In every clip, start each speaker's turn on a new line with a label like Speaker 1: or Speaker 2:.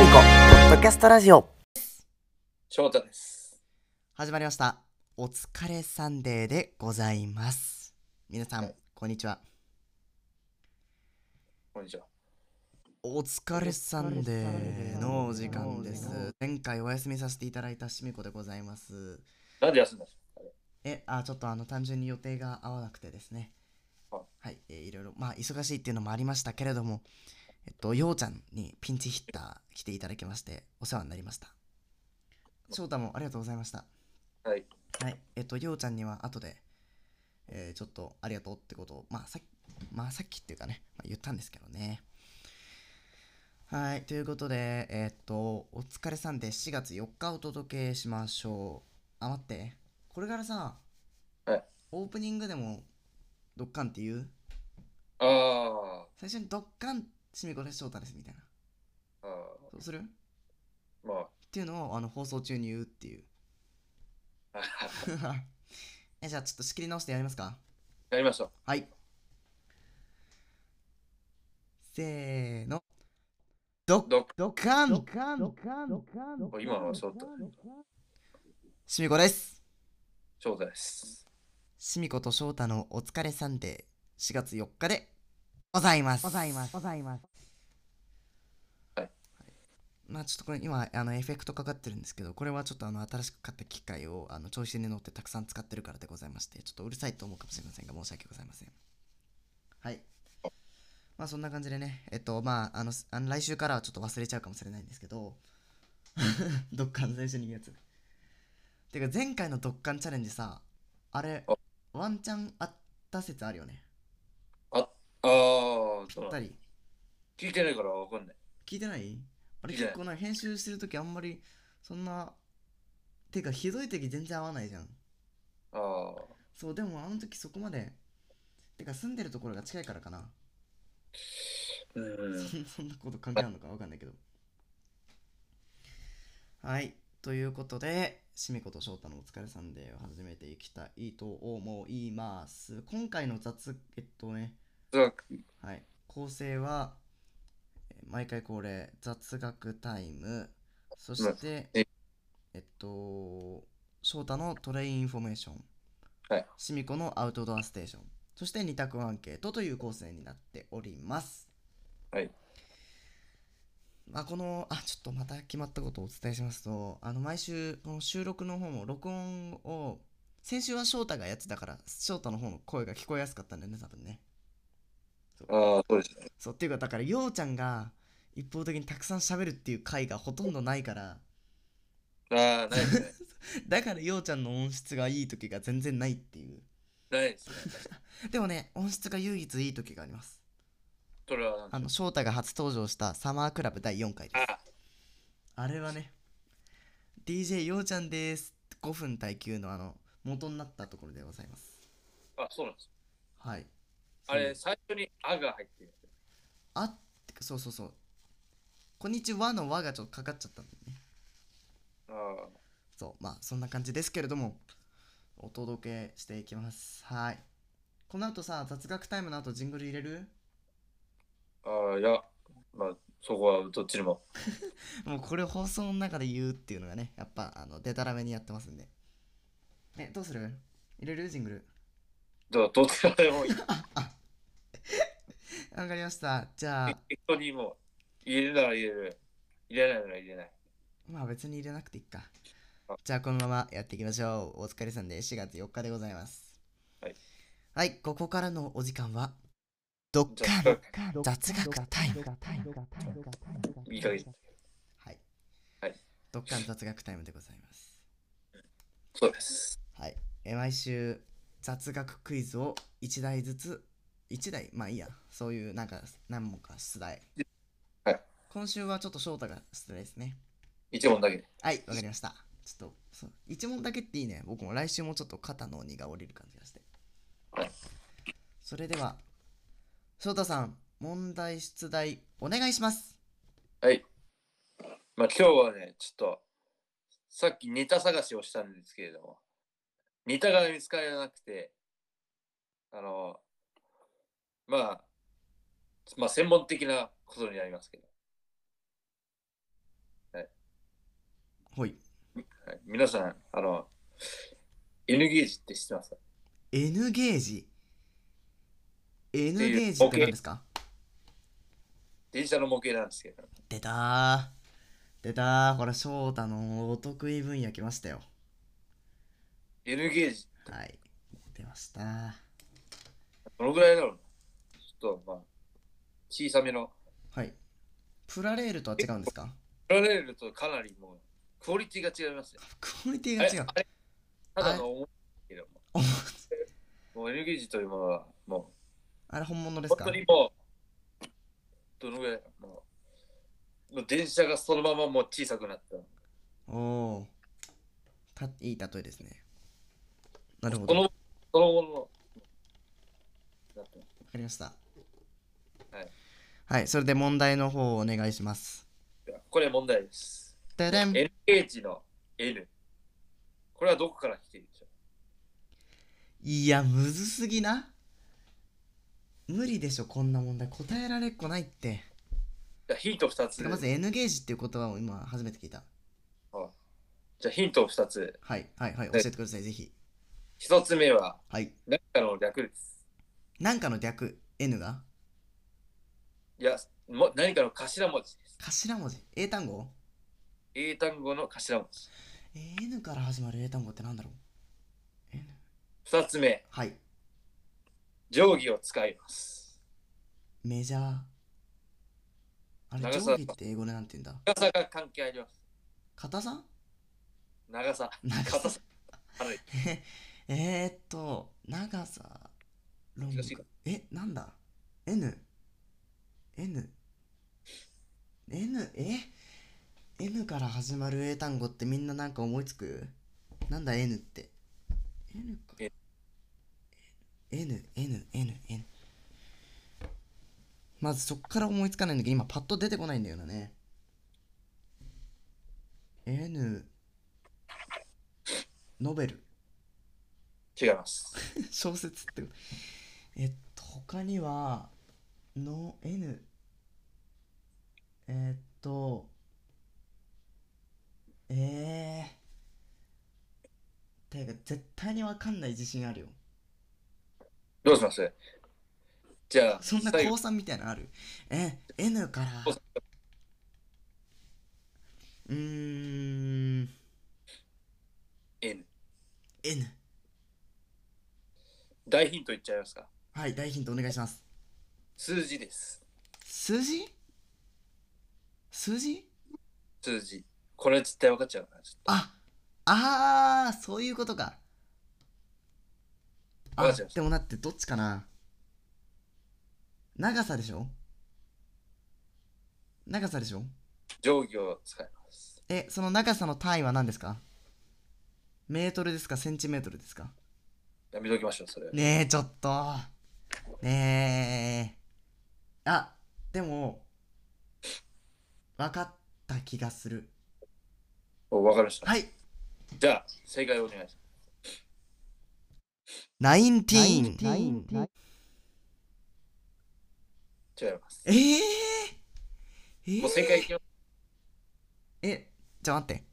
Speaker 1: キャストラジオ
Speaker 2: 翔太です。
Speaker 1: 始まりましたお疲れサンデーでございます皆さん、
Speaker 2: はい
Speaker 1: こんにちは
Speaker 2: こんにちは。
Speaker 1: お疲れサンデーのお時間です前回お休みさせていただいたしみこでございます
Speaker 2: なんで休んだんですか
Speaker 1: えあちょっとあの単純に予定が合わなくてですね
Speaker 2: はい
Speaker 1: はい、えーいろいろまあ忙しいっていうのもありましたけれどもえっとようちゃんにピンチヒッター来ていただきましてお世話になりました翔太もありがとうございました
Speaker 2: はい。
Speaker 1: はい、えっと、りょうちゃんには後で、えーちょっとありがとうってことを、まあさっき、まあさっきっていうかね、まあ、言ったんですけどね。はい、ということで、えーっと、お疲れさんで4月4日お届けしましょう。あ、待って、これからさ、
Speaker 2: はい
Speaker 1: オープニングでも、ドッカンって言う
Speaker 2: あ
Speaker 1: 最初にドッカン、しみこです、翔太です、みたいな。
Speaker 2: あ、あ
Speaker 1: そうするっ
Speaker 2: あ、ま
Speaker 1: ていうのを、あの、放送中に言うっていう。
Speaker 2: あ、
Speaker 1: え、じゃあ、ちょっと仕切り直してやりますか
Speaker 2: やりましょ
Speaker 1: はい。せーの。ド
Speaker 2: う。どっ
Speaker 1: ドカン
Speaker 2: か今のは翔太。
Speaker 1: しみこです。
Speaker 2: 翔太です。
Speaker 1: しみこと翔太のお疲れサンデー、4月4日でございます。
Speaker 3: ございます。ございます。
Speaker 1: まあちょっとこれ今あのエフェクトかかってるんですけどこれはちょっとあの新しく買った機械をあの調子に乗ってたくさん使ってるからでございましてちょっとうるさいと思うかもしれませんが申し訳ございませんはいまあそんな感じでねえっとまああのすあの来週からはちょっと忘れちゃうかもしれないんですけど ドッカン最初に言うやつてか前回のドッカンチャレンジさあれ
Speaker 2: あ
Speaker 1: ワンチャンあった説あるよね
Speaker 2: ああ、
Speaker 1: ぴ
Speaker 2: そ
Speaker 1: っ
Speaker 2: う
Speaker 1: た
Speaker 2: だ
Speaker 1: り
Speaker 2: 聞いてないからわかんない。
Speaker 1: 聞いてないあれ
Speaker 2: 聞いてな
Speaker 1: 結
Speaker 2: い
Speaker 1: 構な編集してる時あんまりそんなてかひどい時全然合わないじゃん
Speaker 2: ああ、
Speaker 1: そうでもあの時そこまでてか住んでるところが近いからかな、
Speaker 2: うん。
Speaker 1: そん そんなこと関係あるのかわかんないけどはいということでしみこと翔太のお疲れさんで始めていきたいと思います今回の雑えっとねはい、構成はえー毎回恒例雑学タイムそして、
Speaker 2: え
Speaker 1: えっと翔太のトレインインフォメーション、
Speaker 2: はい、
Speaker 1: シミコのアウトドアステーションそして二択アンケートという構成になっております
Speaker 2: はい
Speaker 1: まあこのあちょっとまた決まったことをお伝えしますとあの毎週この収録の方も録音を先週は翔太がやってたから翔太の方の声が聞こえやすかったんだよね多分ね
Speaker 2: ああ、そうですね。
Speaker 1: そうっていうかだからようちゃんが一方的にたくさん喋るっていう回がほとんどないから
Speaker 2: ああ、ないですね。
Speaker 1: だからようちゃんの音質がいい時が全然ないっていう
Speaker 2: ないですね。
Speaker 1: でもね音質が唯一いい時があります
Speaker 2: それは
Speaker 1: あ
Speaker 2: 何
Speaker 1: の翔太が初登場したサマークラブ第4回です
Speaker 2: あ
Speaker 1: あれはね DJ ようちゃんです5分耐久のあの元になったところでございます
Speaker 2: あ、そうなんです。
Speaker 1: はい
Speaker 2: あれ、最初にあが入ってる。
Speaker 1: あってかそうそうそうこんにちはの和がちょっとかかっちゃったんだよね
Speaker 2: あ
Speaker 1: そうまあそんな感じですけれどもお届けしていきますはいこの後さ雑学タイムの後ジングル入れる
Speaker 2: あ、ああ、いや、まあ、そこはどっちにも。
Speaker 1: もうこれ放送の中で言うっていうのがねやっぱあのデタラメにやってますんでえどうする入れるジングル
Speaker 2: どどっちでもいい。
Speaker 1: わかりましたじゃあ
Speaker 2: 適当にもう、入れるなら入れる。入れないなら入れない。
Speaker 1: まあ別に入れなくていいか
Speaker 2: あ
Speaker 1: じゃあこのままやっていきましょうお疲れさんで4月4日でございます
Speaker 2: はい、
Speaker 1: はい、ここからのお時間はドッカン
Speaker 2: じゃあ
Speaker 1: 雑学タイム
Speaker 2: いい加減に。
Speaker 1: はい。
Speaker 2: はい
Speaker 1: ドッカン雑学タイムでございます。
Speaker 2: そうです。
Speaker 1: はい。え毎週雑学クイズを1台ずつ、1台、まあいいや、そういうなんか何問か出題。
Speaker 2: はい。
Speaker 1: 今週はちょっと翔太が出題ですね。
Speaker 2: 一問だけで。
Speaker 1: はい、わかりました。ちょっとそう、1問だけっていいね。僕も来週もちょっと肩の荷が下りる感じがして。
Speaker 2: はい。
Speaker 1: それでは、翔太さん、問題出題お願いします。
Speaker 2: はい。まあ今日はね、ちょっと、さっきネタ探しをしたんですけれども、ネタが見つからなくて、あの、まあ、まあ専門的なことになりますけど。はい。
Speaker 1: ほい。
Speaker 3: はい皆さん、あの、N ゲージって知ってます
Speaker 1: N ゲージ ?N
Speaker 3: ていう
Speaker 1: ゲージって何ですか
Speaker 3: 電車の模型なんですけど。
Speaker 1: 出たー。出たー。ほら、翔太のお得意分野来ましたよ。
Speaker 3: N ゲージ、
Speaker 1: はい。出ましたー。
Speaker 3: どのぐらいだろうなちょっと、まあ、小さめの。
Speaker 1: はい。プラレールとは違うんですか
Speaker 3: プラレールとかなりもう、クオリティが違いますよ。
Speaker 1: クオリティが
Speaker 3: あれ
Speaker 1: 違う
Speaker 3: あ。れただの重いけども、
Speaker 1: お
Speaker 3: もう N ゲージというものは、も
Speaker 1: あれ本物で
Speaker 3: う、
Speaker 1: すか
Speaker 3: 本当にもう、どのぐらいもう、もう電車がそのままもう小さくなった。
Speaker 1: おおーた。いい例えですね。なるほ
Speaker 3: そ
Speaker 1: ど。わ
Speaker 3: の、そのものの、だって
Speaker 1: かりました。
Speaker 3: はい。
Speaker 1: はい、それで問題の方をお願いします。
Speaker 3: これ問題です。
Speaker 1: ででん
Speaker 3: N ゲージの N。これはどこから来てるでしょう
Speaker 1: いや、むずすぎな。無理でしょ、こんな問題。答えられっこないって。
Speaker 3: じゃあヒント2つ。
Speaker 1: てかまず N ゲージっていう言葉を今初めて聞いた。
Speaker 3: じゃあヒント2つ。
Speaker 1: はい、はい、はい、教え
Speaker 3: はい
Speaker 1: てください、ぜひ。
Speaker 3: 1つ目は
Speaker 1: はい。
Speaker 3: 何かの略です。
Speaker 1: なんかの略、N が
Speaker 3: いや、も何かの頭文字です。
Speaker 1: 頭文字、英単語
Speaker 3: 英単語の頭文字。
Speaker 1: えー N から始まる英単語ってなんだろう N
Speaker 3: 2つ目、
Speaker 1: はい。
Speaker 3: 定規を使います。
Speaker 1: メジャー。あれ、定
Speaker 3: 長さ
Speaker 1: 規って英語でなんて言うんだ
Speaker 3: 長さが関係あります。
Speaker 1: 硬さ
Speaker 3: 長さ。
Speaker 1: 長さ
Speaker 3: 硬さ。あれ
Speaker 1: えーっと、長さ、ロング
Speaker 3: 難しいか。
Speaker 1: え、なんだ ?N、N、N、え ?N から始まる英単語ってみんななんか思いつくなんだ N って。N か。
Speaker 3: え
Speaker 1: N、N、N、N。まずそっから思いつかないんだけど、今パッと出てこないんだよね。N、ノベル。
Speaker 3: 違います。
Speaker 1: 小説ってことえっと他にはの N えっとえー、てか絶対にわかんない自信あるよ
Speaker 3: どうしますじゃあ、
Speaker 1: そんな
Speaker 3: 最後
Speaker 1: 高三みたいなのあるえ N から
Speaker 3: 高三
Speaker 1: うーん
Speaker 3: N。
Speaker 1: N
Speaker 3: 大ヒントいっちゃいますか。
Speaker 1: はい大ヒントお願いします
Speaker 3: 数字です。
Speaker 1: 数字数字
Speaker 3: 数字。これ絶対分かっちゃうな。ちょっ
Speaker 1: ああーそういうことかあ
Speaker 3: わかっちゃいまし
Speaker 1: で
Speaker 3: た
Speaker 1: も待ってどっちかな長さでしょ長さでしょ
Speaker 3: と定規を使います。
Speaker 1: えその長さの単位は何ですかメートルですかセンチメートルですか
Speaker 3: やめときましょう、それは。
Speaker 1: ねえちょっとねえあでも分かった気がする
Speaker 3: お分かりました。
Speaker 1: はい
Speaker 3: じゃあ、正解をお願いします。
Speaker 1: ナインティーン
Speaker 3: 違います。
Speaker 1: えー、えー
Speaker 3: もう正解いきます。
Speaker 1: え、じゃあ待って。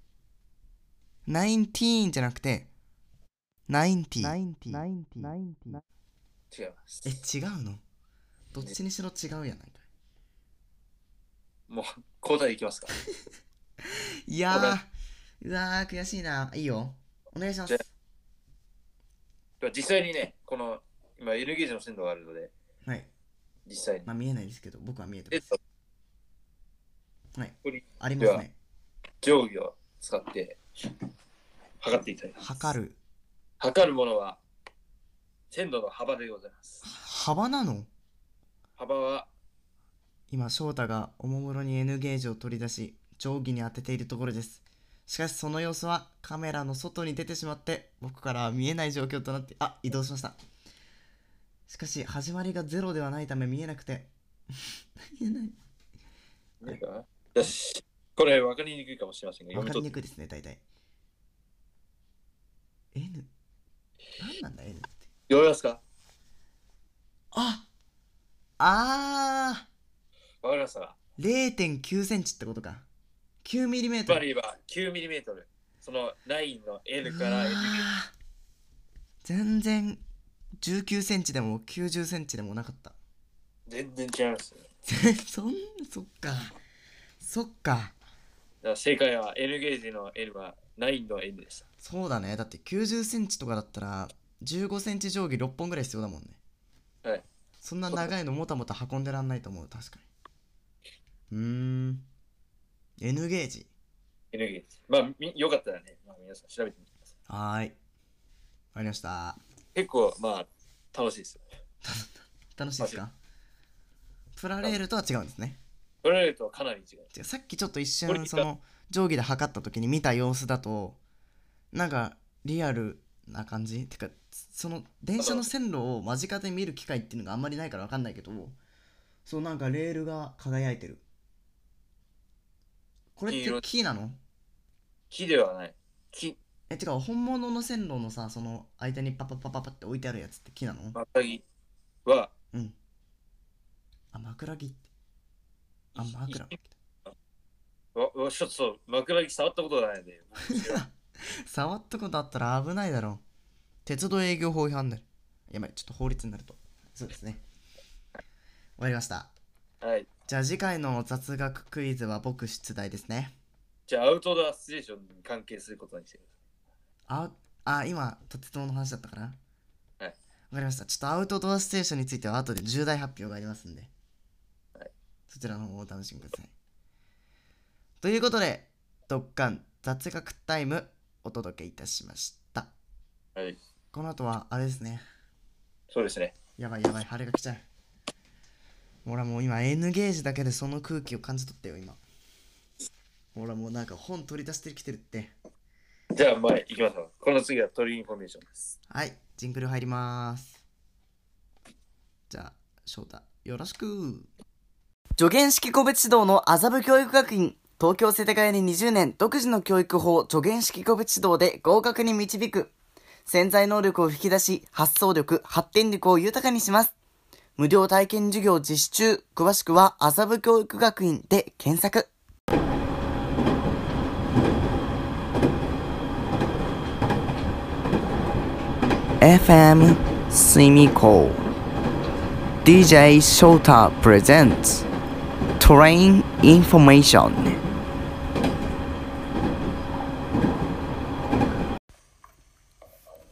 Speaker 1: ナインティーンじゃなくて、ナインティーン。
Speaker 3: 違います
Speaker 1: え、。違うのどっちにしろ違うやないか
Speaker 3: もう交代いきますか。
Speaker 1: い。いや
Speaker 3: そうだ
Speaker 1: ー、うわー、悔しいな。いいよ。お願いします
Speaker 3: じゃ。では実際にね、この今 N ゲージの鮮度があるので、
Speaker 1: はい。
Speaker 3: 実際に
Speaker 1: まあ見えないですけど、僕は見えて
Speaker 3: えっ
Speaker 1: ます
Speaker 3: と。
Speaker 1: はい
Speaker 3: ここに
Speaker 1: ありますね。
Speaker 3: 定規を使って測っていただきます。
Speaker 1: 測る。
Speaker 3: 測るものは鮮度の幅でございます。
Speaker 1: 幅なの
Speaker 3: 幅は
Speaker 1: 今翔太がおもむろに N ゲージを取り出し定規に当てているところですしかしその様子はカメラの外に出てしまって僕からは見えない状況となってあ移動しましたしかし始まりがゼロではないため見えなくて見えない
Speaker 3: 何かよし。これ分かりにくいかもしれませんが、
Speaker 1: わ
Speaker 3: 読
Speaker 1: か
Speaker 3: み
Speaker 1: りに
Speaker 3: 取って
Speaker 1: くいですね大体 N 何なんだ N って
Speaker 3: 読めますか
Speaker 1: ああ
Speaker 3: 分かりましたか
Speaker 1: ー0.9センチってことか 9mm
Speaker 2: バリは 9mm。そのラインの L から L
Speaker 1: うわー全然1 9ンチでも9 0ンチでもなかった
Speaker 2: 全然違いますね。
Speaker 1: そんそっかそっか
Speaker 2: だから正解は L ゲージの L はラインの L でした。
Speaker 1: そうだねだって9 0ンチとかだったら1 5ンチ定規6本ぐらい必要だもんね
Speaker 2: はい
Speaker 1: そんな長いのもたもた運んでらんないと思う確かにうーん N ゲージ
Speaker 2: N ゲージ。まあ、みよかったらね、まあ、皆さん調べてみてください。
Speaker 1: はーいわかりました
Speaker 2: 結構、まあ、楽しいですよ。
Speaker 1: 楽しいですかプラレールとは違うんですね
Speaker 2: プロレールとはかなり違う。
Speaker 1: 違うさっきちょっと一
Speaker 2: これ
Speaker 1: 瞬
Speaker 2: 聞い
Speaker 1: そ
Speaker 2: た
Speaker 1: の定規で測った時に見た様子だとなんかリアルな感じてかその電車の線路を間近で見る機会っていうのがあんまりないから分かんないけどそうなんかレールが輝いてるこれっ
Speaker 2: 黄
Speaker 1: て
Speaker 2: 色い
Speaker 1: 木なの
Speaker 2: 木ではない。木、
Speaker 1: えてか本物の線路のさその間にパパパパパって置いてあるやつって木なの
Speaker 2: またぎは、
Speaker 1: うんあ枕木ってあ枕
Speaker 2: いわわちょっとそう枕木触ったことないんで。
Speaker 1: 触ったことあったら危ないだろう。鉄道営業法違反だよ。やばい、ちょっと法律になると。そうですね。終わりました。
Speaker 2: はい。
Speaker 1: じゃあ次回の雑学クイズは僕出題ですね。
Speaker 2: じゃあ、アウトドアステーションに関係することにしてくだ
Speaker 1: あ、あ今、鉄道の話だったかな
Speaker 2: はい
Speaker 1: わかりました。ちょっとアウトドアステーションについては後で重大発表がありますんで。
Speaker 2: はい
Speaker 1: そちらの方をお楽しみください。ということで、ドッカン雑学タイムお届けいたしました。
Speaker 2: さい。はい。
Speaker 1: この後はあれですね。
Speaker 2: そうですね。
Speaker 1: やばいやばい、晴れが来ちゃう。ほらもう今 N ゲージだけでその空気を感じ取ったよ、今。ほらもうなんか本取り出してきてるって。
Speaker 2: じゃあ、前行きましょう。この次は鳥インフォメーションです。
Speaker 1: はい、ジングル入ります。じゃあ、翔太、よろしく。助言式個別指導の麻布教育学院。東京世田谷に20年独自の教育法助言式個別指導で合格に導く。潜在能力を引き出し、発想力、発展力を豊かにします。無料体験授業実施中。詳しくは麻布教育学院で検索。FM スミコ DJ ショータ presents Train Information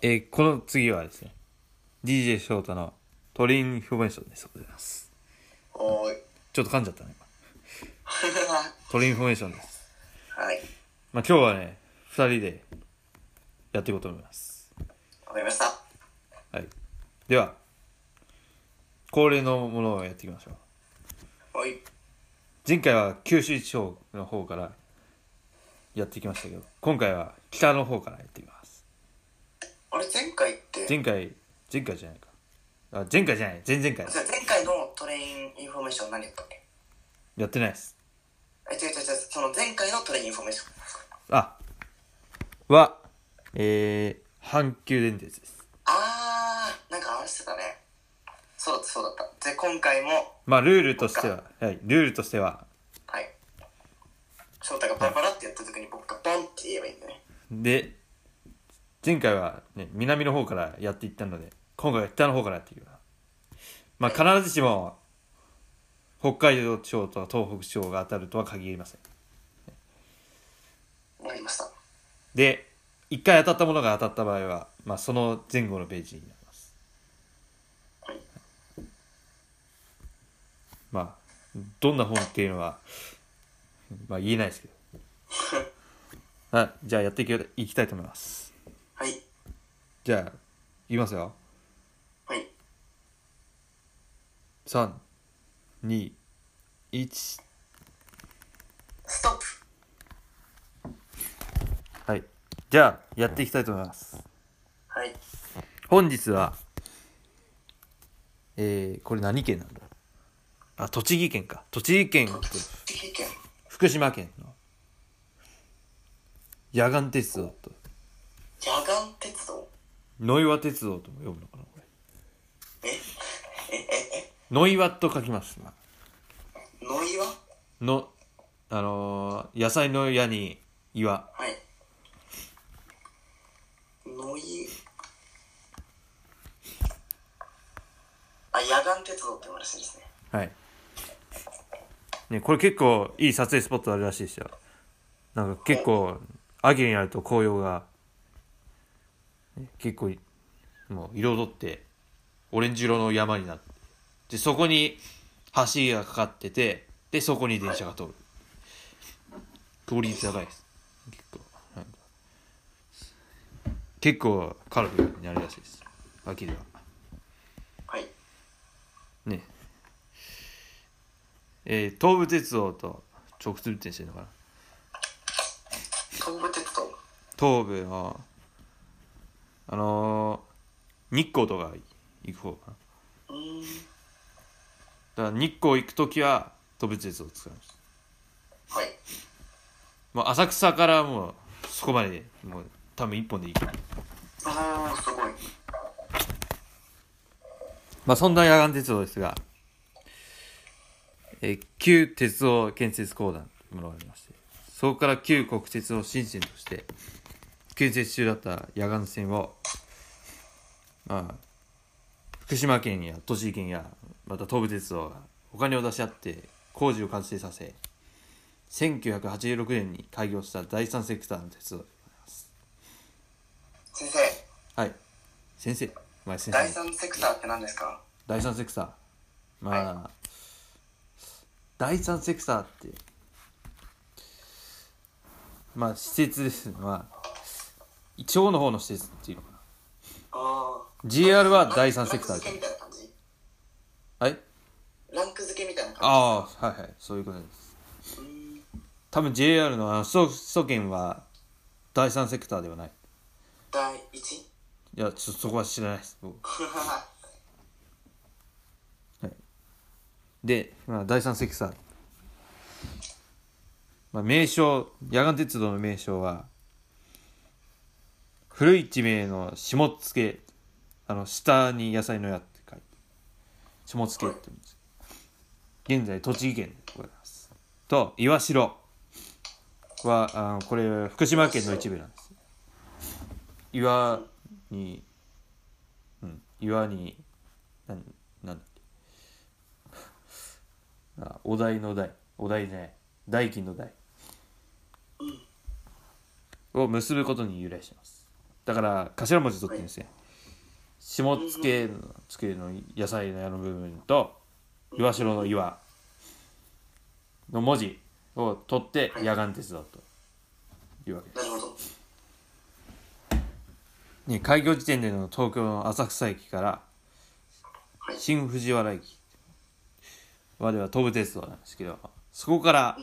Speaker 3: えーこの次はですね、DJ 翔太のトリインフォメーションです。ございます。
Speaker 4: おーい。
Speaker 3: ちょっと噛んじゃ ったね。今トリインフォメーションです。
Speaker 4: はい。
Speaker 3: まあ今日はね、二人でやっていこうと思います。
Speaker 4: わかりました。
Speaker 3: はい。では、恒例のものをやっていきましょう。
Speaker 4: おい。
Speaker 3: 前回は九州地方の方からやってきましたけど、今回は北の方からやっていきます。
Speaker 4: あれ、前回って、じ
Speaker 3: 前回、前回じゃないか。あ、前回じゃない、前々回。
Speaker 4: ゃあ前回のトレインインフォメーション何だったっけ
Speaker 3: やってないです。
Speaker 4: え、違う違う違う、その前回のトレインインフォメーション。
Speaker 3: あ、は、えー、阪急電鉄です。
Speaker 4: あー、なんか話してたね。そうだった、そうだった。で、今回も、
Speaker 3: まあ、ルールとしては、はい、ルールとしては、
Speaker 4: はい。翔太がパラパラってやった時に僕がボンって言えばいいんだね。
Speaker 3: で、前回はね、南の方からやっていったので、今回は北の方からやっていきます。まあ、必ずしも、北海道地方と東北地方が当たるとは限りません。
Speaker 4: わかりました。
Speaker 3: で、一回当たったものが当たった場合は、まあ、その前後のページになります。まあ、どんな本っていうのは、まあ、言えないですけど。はい、じゃあやっていきいきたいと思います。
Speaker 4: はい。
Speaker 3: じゃあ、いきますよ。
Speaker 4: はい。
Speaker 3: 3、2、1。
Speaker 4: ストップ。
Speaker 3: はい。じゃあ、やっていきたいと思います。
Speaker 4: はい。
Speaker 3: 本日は、えー、これ何県なんだあ、栃木県か。栃木県と
Speaker 4: 栃木県。
Speaker 3: 福島県の野岩鉄道と、
Speaker 4: 野岩鉄道。
Speaker 3: 野岩鉄道とも読むのかなこれ。
Speaker 4: え
Speaker 3: 野岩と書きます。
Speaker 4: 野岩
Speaker 3: の、あのー野菜の矢に岩。
Speaker 4: はい。のい。あ、野岩鉄道って言われてるんですね。
Speaker 3: はい。ね、これ結構いい撮影スポットあるらしいですよ。なんか結構、秋になると紅葉が、ね結構い、もう彩って、オレンジ色の山になって、で、そこに橋がかかってて、で、そこに電車が通る。クオリティ高いです。結構、なんか結構カラフルになるらしいです。秋では。
Speaker 4: はい。
Speaker 3: ねえー東武鉄道と直通運転してるのかな
Speaker 4: 東武鉄道。
Speaker 3: 東武のあのー日光とか行く方かな
Speaker 4: うーん。
Speaker 3: だから日光行く時は東武鉄道を使います
Speaker 4: はい。
Speaker 3: もう浅草からもうそこまでもう多分一本で行く
Speaker 4: あー、すごい。
Speaker 3: まあそんな野岩鉄道ですが、えー旧鉄道建設公団というものがありまして、そこから旧国鉄を新線として、建設中だった野岩線を、まあ、福島県や栃木県や、また東武鉄道がお金を出し合って工事を完成させ、1986年に開業した第三セクターの鉄道でございます。
Speaker 4: 先生、
Speaker 3: はい。先生、お前先生
Speaker 4: 第。三セクターって何ですか
Speaker 3: 第三セクターまあ、第三セクターってまあ施設ですねまあ地方の方の施設っていうのかな
Speaker 4: あ
Speaker 3: GR
Speaker 4: ー。
Speaker 3: は第三セクター
Speaker 4: ランク付けみ
Speaker 3: で
Speaker 4: たいな感じ
Speaker 3: はい
Speaker 4: ランク付けみたいな感
Speaker 3: ああはいはいそういうことです
Speaker 4: じ。うーん
Speaker 3: 多分 JR のあの首都首都圏は第三セクターではない
Speaker 4: 第一
Speaker 3: いやちょそこは知らないです僕で、まあ、第三セクター、まあ、名称野岩鉄道の名称は古い地名の下野あの下に野菜の矢って書いて下野って言うんですけど現在栃木県でございますと岩城はあのこれ福島県の一部なんです岩にうん岩に何なんだっけあお題の題お題じゃない代金の題を結ぶことに由来してますだから頭文字取ってるんですね下野の机の野菜の矢の部分と岩城の岩の文字を取って野岩鉄道というわけです
Speaker 4: なるほど。
Speaker 3: ね、開業時点での東京の浅草駅から新藤原駅までは東武鉄道なんですけどそこから、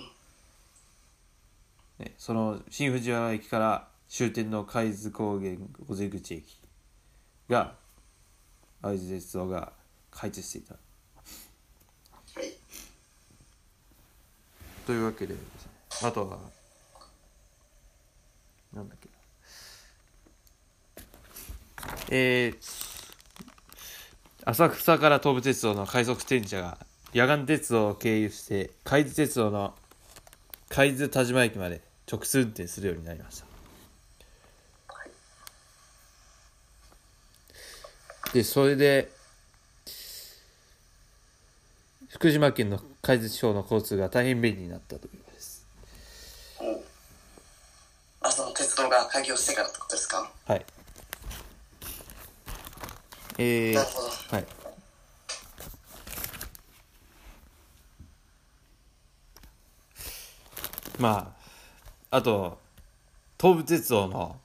Speaker 3: ね、その新藤原駅から終点の海津高原小瀬口駅が会津鉄道が開通していた
Speaker 4: はい。
Speaker 3: というわけでですねあとはなんだっけえー、浅草から東武鉄道の快速電車が野岩鉄道を経由して海津鉄道の海津田島駅まで直通運転するようになりましたでそれで福島県の海津地方の交通が大変便利になったということです
Speaker 4: おあ、その鉄道が開業してからってことですか
Speaker 3: はい。えー、
Speaker 4: なるほど
Speaker 3: はい。まあ、あと、東武鉄道の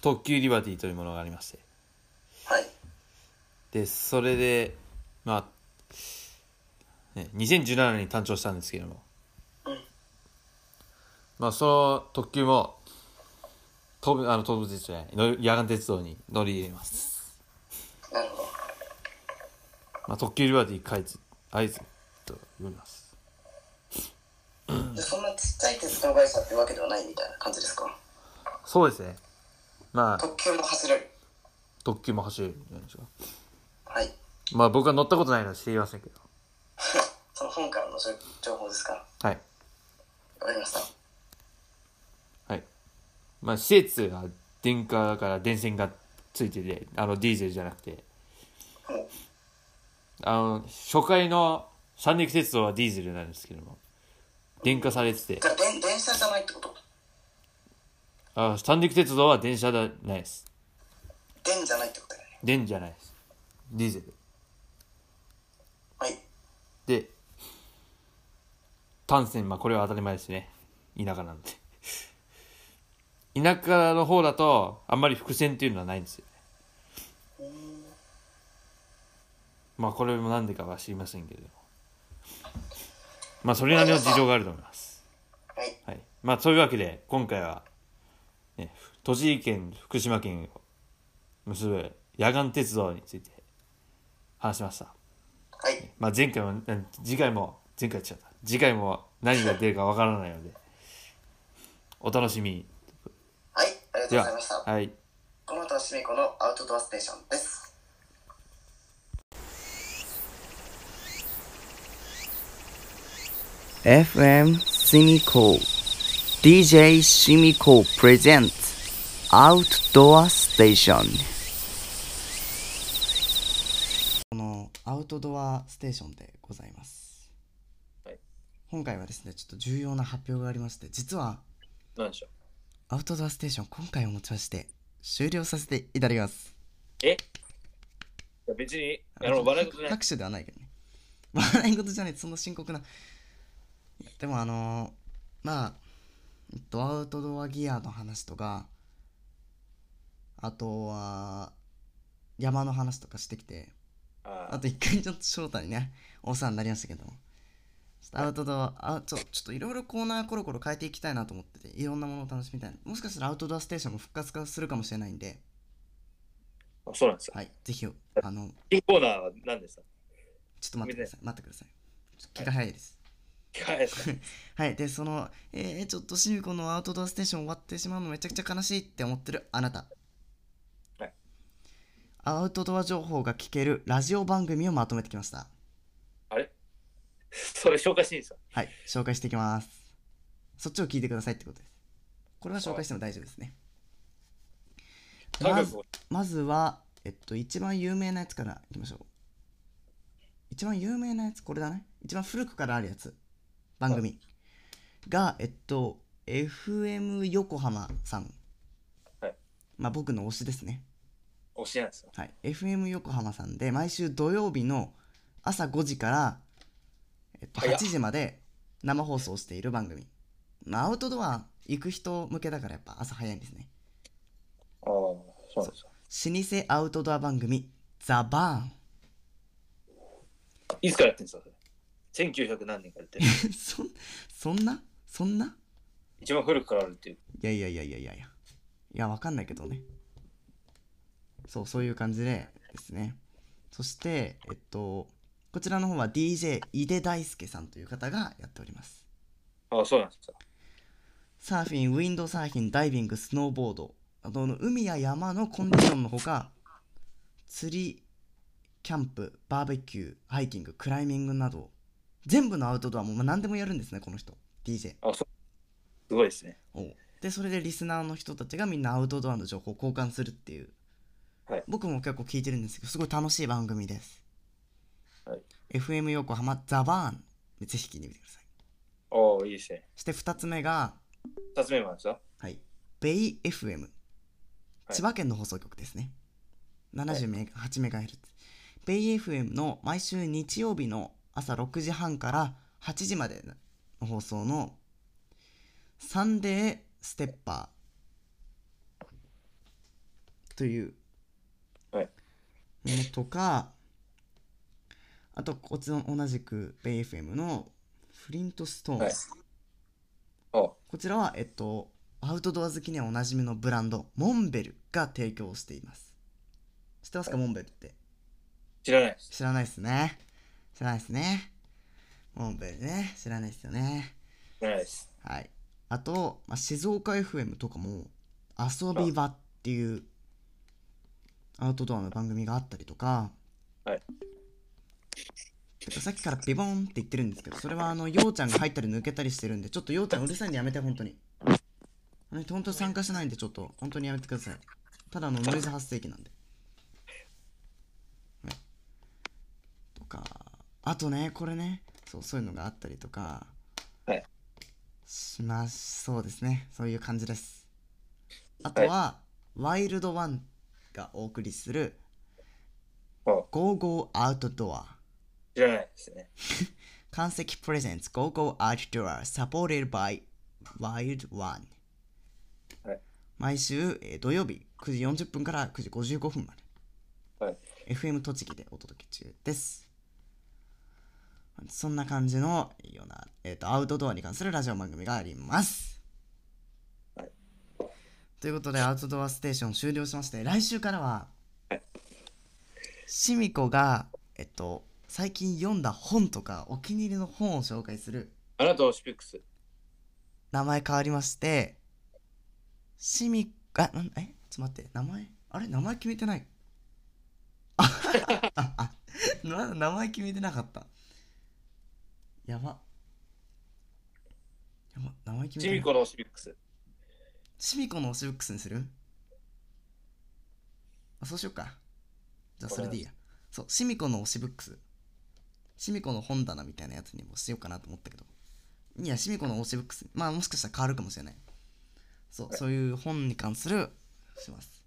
Speaker 3: 特急リバティというものがありまして、
Speaker 4: はい。
Speaker 3: で、それで、まあ、ね、2017年に誕生したんですけども、
Speaker 4: うん
Speaker 3: まあ、その特急も、東武、あの、東武鉄道じゃない、の野岩鉄道に乗り入れます。
Speaker 4: なるほど。
Speaker 3: まあ、特急リバティ開通、合図と呼びます。
Speaker 4: でそんなちっちゃい鉄道会社ってわけではないみたいな感じですか
Speaker 3: そうですね。まあ、
Speaker 4: 特急も走れる
Speaker 3: 特急も走れるんじゃないですか。
Speaker 4: はい
Speaker 3: まあ、僕は乗ったことないので知りませんけど。
Speaker 4: その本からの情情報ですか
Speaker 3: はい。
Speaker 4: わかりました。
Speaker 3: はい。まあ、施設が電化だから電線がついてて、あの、ディーゼルじゃなくて、
Speaker 4: も
Speaker 3: あの、初回の三陸鉄道はディーゼルなんですけども、電化されてて
Speaker 4: う、じゃあ電電車じゃないってこと
Speaker 3: あ三陸鉄道は電車じゃないです。
Speaker 4: 電じゃないってことだよね。
Speaker 3: 電じゃないです。ディーゼル。
Speaker 4: はい。
Speaker 3: で、単線、まあこれは当たり前ですね。田舎なんで。田舎の方だと、あんまり伏線っていうのはないんですよね。まあこれもなんでかは知りませんけれども。まあそれなりの事情があると思います。
Speaker 4: はい。
Speaker 3: はい。まあそういうわけで、今回は、ね、栃木県、福島県を結ぶ野岸鉄道について話しました。
Speaker 4: はい。
Speaker 3: まあ、前回もうん次回も前回やっちゃった次回も何が出るかわからないのでお楽しみに
Speaker 4: はい。ありがと
Speaker 3: で
Speaker 4: う
Speaker 3: は
Speaker 4: ございました。
Speaker 3: はい
Speaker 4: この後はシミコのアウトドアステーションです。
Speaker 1: FM シミコ DJ シミコ presents アウトドアステーションこのアウトドアステーションでございます、
Speaker 2: はい
Speaker 1: 今回はですねちょっと重要な発表がありまして実は
Speaker 2: なんでしょう。
Speaker 1: アウトドアステーション今回をもちまして終了させていただきます
Speaker 2: えいや別に、あの、笑い事じゃない。
Speaker 1: 拍手ではないけどね。笑い事じゃない、そんな深刻な。でもあのーまあ、えっと、アウトドアギアの話とか、あとは、山の話とかしてきて、あ
Speaker 2: あ
Speaker 1: と一回ちょっと翔太にね、お世話になりましたけども、ちょっとアウトドア、あちょちょっといろいろコーナーコロコロ変えていきたいなと思ってて、いろんなものを楽しみたいな。もしかしたらアウトドアステーションも復活化するかもしれないんで、
Speaker 2: あ、そうなんですよ。
Speaker 1: はい、ぜひ、あの、
Speaker 2: 新コーナーは何ですか
Speaker 1: ちょっと待ってください、待ってください。ちょっと気が早いです。
Speaker 2: はいですか。
Speaker 1: はい、で、その、えー、ちょっとシミコのアウトドアステーション終わってしまうのめちゃくちゃ悲しいって思ってるあなた。
Speaker 2: はい。
Speaker 1: アウトドア情報が聞けるラジオ番組をまとめてきました。
Speaker 2: あれ それ紹介していいですか
Speaker 1: はい、紹介していきます。そっちを聞いてくださいってことです。これは紹介しても大丈夫ですね。
Speaker 2: 高
Speaker 1: ま
Speaker 2: く
Speaker 1: ずまずは、えっと、一番有名なやつからいきましょう。一番有名なやつ、これだね。一番古くからあるやつ、番組。が、えっと、FM 横浜さん。
Speaker 2: はい
Speaker 1: まあ、僕の推しですね。
Speaker 2: 推しなんですよ。
Speaker 1: はい。FM 横浜さんで、毎週土曜日の朝5時から、えっと、8
Speaker 2: 早っ
Speaker 1: 時まで生放送している番組。まあ、アウトドア行く人向けだから、やっぱ朝早いんですね。
Speaker 2: ああ、そうなんですよ。
Speaker 1: 老舗アウトドア番組ザ・バ
Speaker 2: いつからやってるんですかそれ ?1900 何年からやってる。
Speaker 1: ーン そんそんなそんな
Speaker 2: 一番古くからあるっていう。
Speaker 1: いやいやいやいやいやいやいやわかんないけどねそうそういう感じでですねそしてえっとこちらの方は DJ 井出大輔さんという方がやっております
Speaker 2: ああ、そうなんですよ。
Speaker 1: サーフィンウィンドサーフィンダイビングスノーボードあとあの海や山のコンディションのほか釣りキャンプバーベキューハイキングクライミングなど全部のアウトドアもまあ何でもやるんですねこの人 DJ
Speaker 2: あそう。すごいですね。
Speaker 1: でそれでリスナーの人たちがみんなアウトドアの情報を交換するっていう、
Speaker 2: はい
Speaker 1: 僕も結構聞いてるんですけどすごい楽しい番組です、
Speaker 2: はい
Speaker 1: FM 横浜ザバーンでぜひ聞いてみてください
Speaker 2: ああ、いいですね。
Speaker 1: そして2つ目が、
Speaker 2: 二つ目もあるんですか
Speaker 1: はい、ベイ FM、
Speaker 2: い
Speaker 1: 千葉県の放送局ですね78メガ、8メガヘルツベイ FM の毎週日曜日の朝6時半から8時までの放送のサンデーステッパーというも
Speaker 2: はい
Speaker 1: のとかあとこっちの同じくベイ FM のフリントストーン、
Speaker 2: はいああ、
Speaker 1: こちらは、えっと、アウトドア好きにはおなじみのブランド、モンベルが提供しています。知ってますか、モンベルって。
Speaker 2: 知らないです。
Speaker 1: 知らないですね。知らないですね。モンベルね。知らないですよね。
Speaker 2: 知らないです。
Speaker 1: はい。あと、まあ、静岡 FM とかも、遊び場っていうアウトドアの番組があったりとか、
Speaker 2: はい
Speaker 1: てかさっきからビボンって言ってるんですけどそれはあのようちゃんが入ったり抜けたりしてるんでちょっとようちゃんうるさいんでやめて本当にあの人本当に参加しないんでちょっと本当にやめてくださいただのノイズ発生器なんで、ねとかあとねこれねそうそういうのがあったりとか
Speaker 2: はい
Speaker 1: しますそうですねそういう感じですあとは、ワイルドワンがお送りする「
Speaker 2: うん
Speaker 1: GoGo アウトドア」
Speaker 2: 知らないですね。
Speaker 1: 関石プレゼンツ GoGo Outdoor Supported by Wild One、
Speaker 2: はい
Speaker 1: 毎週、えー土曜日9時40分から9時55分まで、
Speaker 2: はい
Speaker 1: FM 栃木でお届け中ですそんな感じのいいような、えー、とアウトドアに関するラジオ番組があります、
Speaker 2: はい
Speaker 1: ということでアウトドアステーション終了しまして来週からはシミコがえっと最近読んだ本とかお気に入りの本を紹介する
Speaker 2: あなたをシピックス。
Speaker 1: 名前変わりましてシミあなんえちょっと待って名前あれ名前決めてないあああまだ名前決めてなかったやばやば名前決め
Speaker 2: シ
Speaker 1: てな
Speaker 2: ミ
Speaker 1: い
Speaker 2: コのシピックス。
Speaker 1: シミコのオシブックスにするあそうしようかじゃあそれでいいやそうシミコのオシブックスシミコの本棚みたいなやつにもしようかなと思ったけどいやシミコのオシブックスまあもしかしたら変わるかもしれないそうそういう本に関するします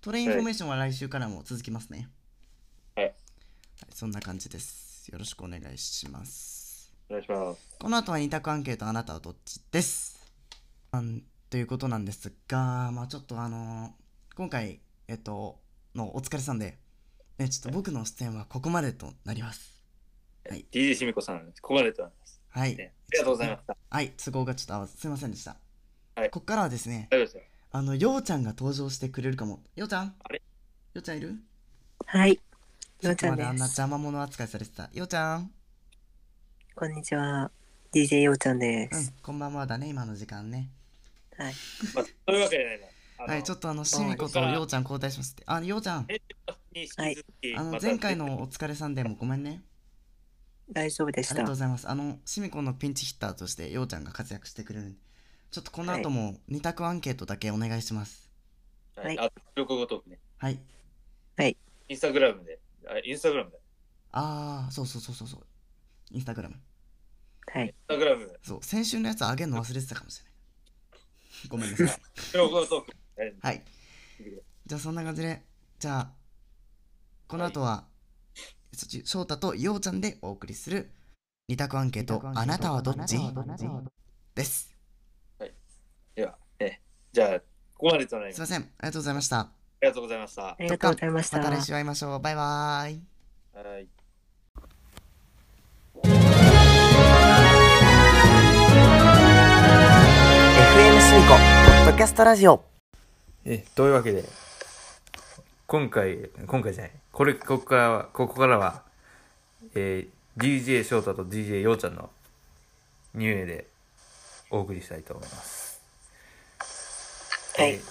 Speaker 1: トレインフォメーションは来週からも続きますね
Speaker 2: はい
Speaker 1: はい、そんな感じですよろしくお願いします
Speaker 2: お願いします。
Speaker 1: この後は二択アンケートあなたはどっちですなんということなんですが、まあちょっとあの今回、えっと、のお疲れさんで、ね、ちょっと僕の出演はここまでとなります。
Speaker 2: DJ シミコさん、ここまでとなります。
Speaker 1: はい。
Speaker 2: ねありがとうございました。
Speaker 1: はい、都合がちょっと合わず、すいませんでした。
Speaker 2: はい
Speaker 1: ここからはですね、
Speaker 2: 大丈夫ですよ。
Speaker 1: あの、ようちゃんが登場してくれるかも。ようちゃん
Speaker 2: あれ
Speaker 1: ようちゃんいる
Speaker 5: はい。
Speaker 1: さっ
Speaker 5: よう
Speaker 1: き
Speaker 5: ちゃ
Speaker 1: ま
Speaker 5: ん
Speaker 1: であん
Speaker 5: で
Speaker 1: な
Speaker 5: す。
Speaker 1: 邪魔者扱いされてた。ようちゃん
Speaker 5: こんにちは。DJ ようちゃんで
Speaker 1: うん
Speaker 5: す。、
Speaker 1: こんばんはだね、今の時間ね。
Speaker 5: はい。
Speaker 2: まあ、そういうわけじゃないな。あの
Speaker 1: はい、ちょっとあの、しみことようちゃん交代しますって。あ、ようちゃん、
Speaker 2: 編集に引き続き
Speaker 1: あの
Speaker 2: ま、た
Speaker 1: 前回のお疲れさんでもごめんね。
Speaker 5: 大丈夫で
Speaker 1: あ
Speaker 5: し
Speaker 1: りが
Speaker 5: た
Speaker 1: とうご。ざいます。あの、シミコのピンチヒッターとして、ようちゃんが活躍してくれるんで、ちょっとこの後も2択アンケートだけお願いします。
Speaker 5: はい
Speaker 2: はい、あ旅行ごとくね。
Speaker 1: はい。
Speaker 2: インスタグラムで。あインスタグラムで。
Speaker 1: あー、そうそうそうそうそう。インスタグラム。
Speaker 5: は
Speaker 2: イ
Speaker 5: い
Speaker 2: ン。スタグ ラム、
Speaker 1: そう、先週のやつあげるの忘れてたかもしれない。ごめんなさい。
Speaker 2: 旅行ごとく。やるんで
Speaker 1: はい。じゃあそんな感じで、じゃあ、この後は、そっち翔太とようちゃんでお送りする2択アンケート、あなたはどっちです。
Speaker 2: では、ね、じゃあ、ここまでとなり
Speaker 1: すい
Speaker 2: ます。あ
Speaker 1: ません。ありがとうございました。
Speaker 2: りがとうございました。は
Speaker 5: ありがとうございました。
Speaker 1: また来週会いましょう。バイバーイ。
Speaker 2: い。
Speaker 1: FM シミコポッドキャストラジオ
Speaker 3: え、というわけで、今回、今回じゃない、これ、ここからは、ここからは、えー DJ 翔太と DJ ようちゃんの2名でお送りしたいと思います。
Speaker 5: はい
Speaker 3: えー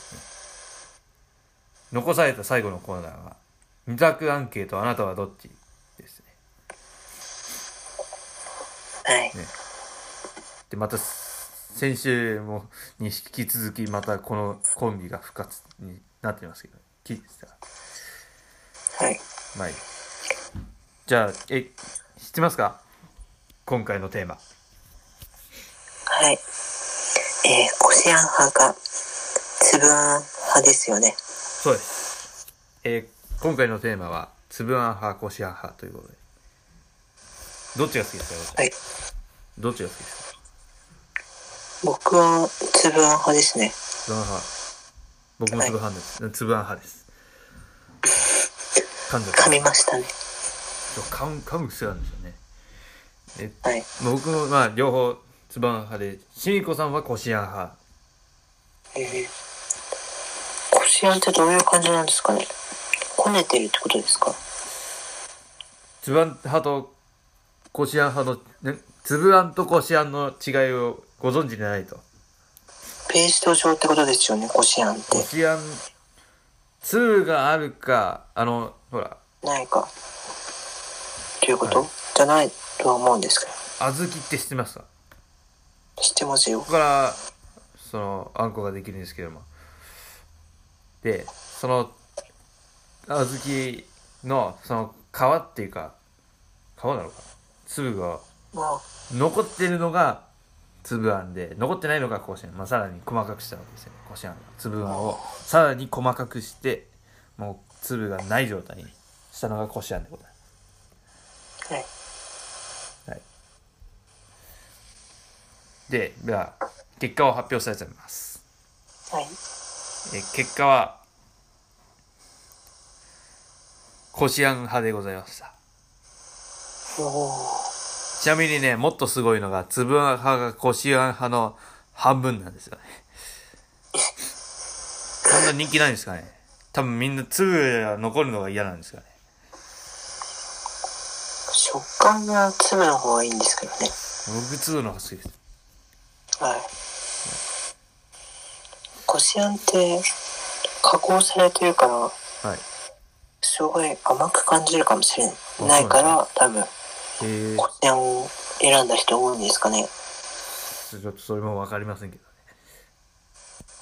Speaker 3: 残された最後のコーナーは、二択アンケートあなたはどっちですね。
Speaker 5: はい。
Speaker 3: で、また、先週も、に引き続き、またこのコンビが復活になってますけど、聞いてた
Speaker 5: はい。
Speaker 3: まあいい。じゃあ、え、知ってますか今回のテーマ。
Speaker 5: はい。えー、こしあん派か、つぶあん派ですよね。
Speaker 3: そうです。えー今回のテーマは、つぶあん派、こしあん派ということで。どっちが好きですか
Speaker 5: はい。
Speaker 3: どっちが好きですか
Speaker 5: 僕は、つぶあん派ですね。
Speaker 3: つぶあん派。僕もつぶあんです。つぶあん派 です。噛んじゃった
Speaker 5: 噛みましたね。
Speaker 3: そう噛む噛む癖があるんですよね。え
Speaker 5: はい。
Speaker 3: 僕も、まあ、両方、つぶあん派で、しみこさんはこしあん派。
Speaker 5: えー、こしあんってどういう感じなんですかね。こねてるってことですか
Speaker 3: つぶあん派とこしあん派の、ね、つぶあんとこしあんの違いをご存知でないと。
Speaker 5: ペースト状ってことですよね、こしあんっ
Speaker 3: こ
Speaker 5: て。
Speaker 3: しあん、2があるか、あの、ほら、
Speaker 5: ないか。ということ、じじゃないとは思うんですけど。
Speaker 3: 小豆って知ってますか
Speaker 5: 知ってますよ
Speaker 3: こ。こからそのあんこができるんですけどもでその小豆のその皮っていうか皮なのか粒が
Speaker 5: まあ、
Speaker 3: 残ってるのが粒あんで残ってないのがこしあん、まあ、さらに細かくしたわけですよねこしあんが粒あんをさらに細かくしてもう粒がない状態にしたのがこしあんでございます
Speaker 5: はい。
Speaker 3: ででは結果を発表したいと思います
Speaker 5: はい。
Speaker 3: えー結果は、こしあん派でございました。
Speaker 5: お
Speaker 3: ちなみにね、もっとすごいのが、つぶあん派がこしあん派の半分なんですよね。そんな人気ないんですかね多分みんな粒が残るのが嫌なんですかね
Speaker 5: ー食感が粒の方がいいんですけどね。
Speaker 3: 僕粒の方が好きです。
Speaker 5: はい。こしあんって、加工されてるから、
Speaker 3: はい。
Speaker 5: すごい甘く感じるかもしれないから、多分、
Speaker 3: えー、
Speaker 5: こしあんを選んだ人多いんですかね。
Speaker 3: ちょっとそれもわかりませんけどね。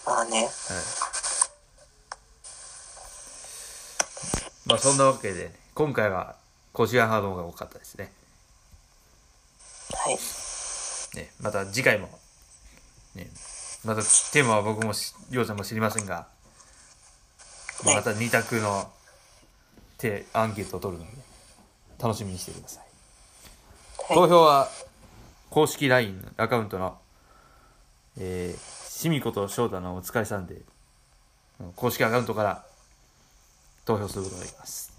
Speaker 5: まあね。
Speaker 3: はい。まあそんなわけで、今回はこしあん派の方が多かったですね。
Speaker 5: はい。
Speaker 3: ね、また次回も、ね、またテーマは僕もし、りょうちゃんも知りませんが、
Speaker 5: はい
Speaker 3: また2択の手、アンケートを取るので、楽しみにしてください。
Speaker 5: はい
Speaker 3: 投票は、公式 LINE アカウントの、えー、しみこと翔太のお疲れさんで、公式アカウントから投票することができます。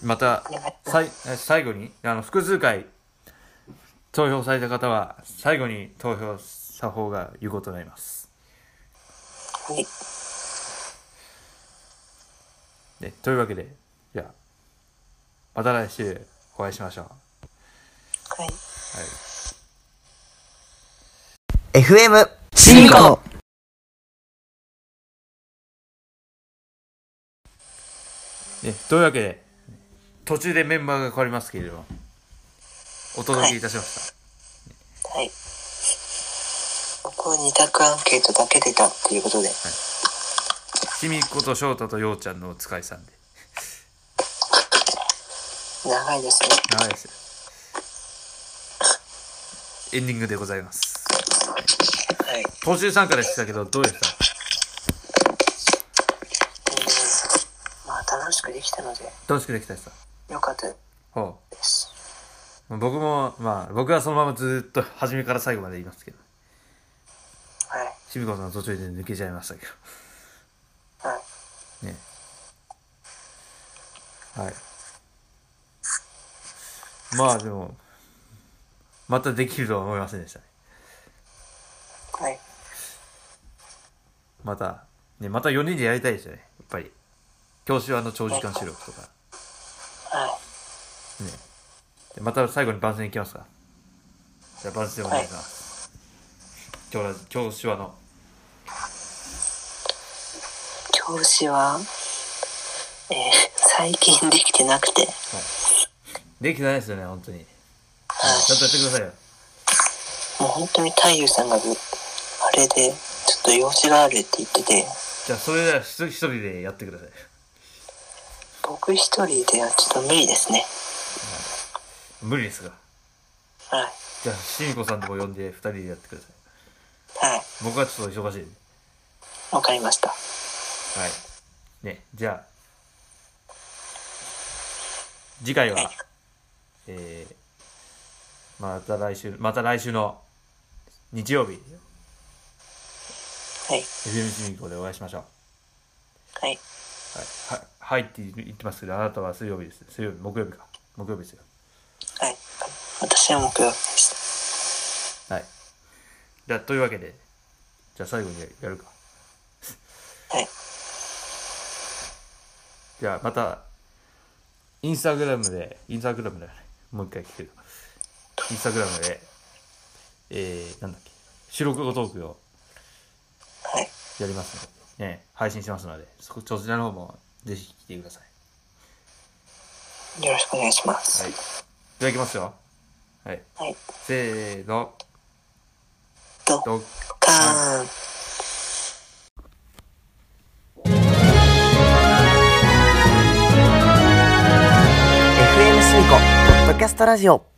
Speaker 5: はい。
Speaker 3: また
Speaker 5: お願いします
Speaker 3: さい最後にあの複数回投票された方は最後に投票した方が有効となります
Speaker 5: はい。
Speaker 3: でというわけでじゃあまた来週お会いしましょう、は
Speaker 5: はい。
Speaker 3: い、
Speaker 1: FM シ
Speaker 6: ミコ
Speaker 3: でというわけで途中でメンバーが変わりますけれどもお届けいたしました、
Speaker 5: はい。僕は二択アンケートだけ出たっていうことで。
Speaker 3: しみこと翔太とようちゃんのお使いさんで
Speaker 5: 長いですね。
Speaker 3: 長いですエンディングでございます
Speaker 5: はい。
Speaker 3: 途中参加でしたけどどうでした
Speaker 5: まあ楽しくできたので、
Speaker 3: 楽しくできたですか
Speaker 5: よかったで
Speaker 3: ほう
Speaker 5: す。
Speaker 3: 僕も、まあ、僕はそのままずっと初めから最後まで言いますけど、
Speaker 5: はい。
Speaker 3: しみこさんは途中で抜けちゃいましたけ
Speaker 5: はい。
Speaker 3: ど、ね。はい。まあでも、またできるとは思いませんでしたね。
Speaker 5: はい。
Speaker 3: また、ね、また4人でやりたいですよね、やっぱり。教習あの長時間収録とか。ね。
Speaker 5: は
Speaker 3: でまた最後に番宣いきますか。じゃあ番宣お願いします。教ら教習あの、
Speaker 5: い。教師は、えー最近できてなくて、
Speaker 3: できてないですよね、本当に。
Speaker 5: はい。
Speaker 3: ちゃんとやってくださいよ。
Speaker 5: もう本当に太夫さんが、あれで、ちょっと用事があるって言ってて、
Speaker 3: じゃあ、それでは一人一人でやってください。
Speaker 5: 僕一人ではちょっと無理ですね。
Speaker 3: 無理ですが。
Speaker 5: はい。
Speaker 3: じゃあ、しみこさんとこ呼んで二人でやってください。
Speaker 5: はい。
Speaker 3: 僕はちょっと忙しいんで。
Speaker 5: わかりました。
Speaker 3: はい。ね、じゃあ、次回は、えー、また来週、また来週の日曜日、
Speaker 5: はい。
Speaker 3: FM しみこでお会いしましょう。
Speaker 5: はい。
Speaker 3: はい。ははいって言ってますけど、あなたは水曜日です。水曜日、木曜日か。木曜日ですよ。
Speaker 5: はい。私は木曜日でした。
Speaker 3: はい。じゃあ、というわけで、じゃあ最後にやるか。
Speaker 5: はい。
Speaker 3: じゃあまた、インスタグラムで、インスタグラムだよね。もう一回聞くけど。インスタグラムで、えー、なんだっけ、収録後トークを
Speaker 5: はい。
Speaker 3: やりますので、ね、配信しますので、そこ、そちらの方もぜひ来てください。
Speaker 5: よろしくお願いします。
Speaker 3: はい。いただきますよ。はい。
Speaker 5: はい。
Speaker 3: せーの。
Speaker 5: ド
Speaker 3: ドッ
Speaker 5: カーン。
Speaker 6: FM シミコポッドキャストラジオ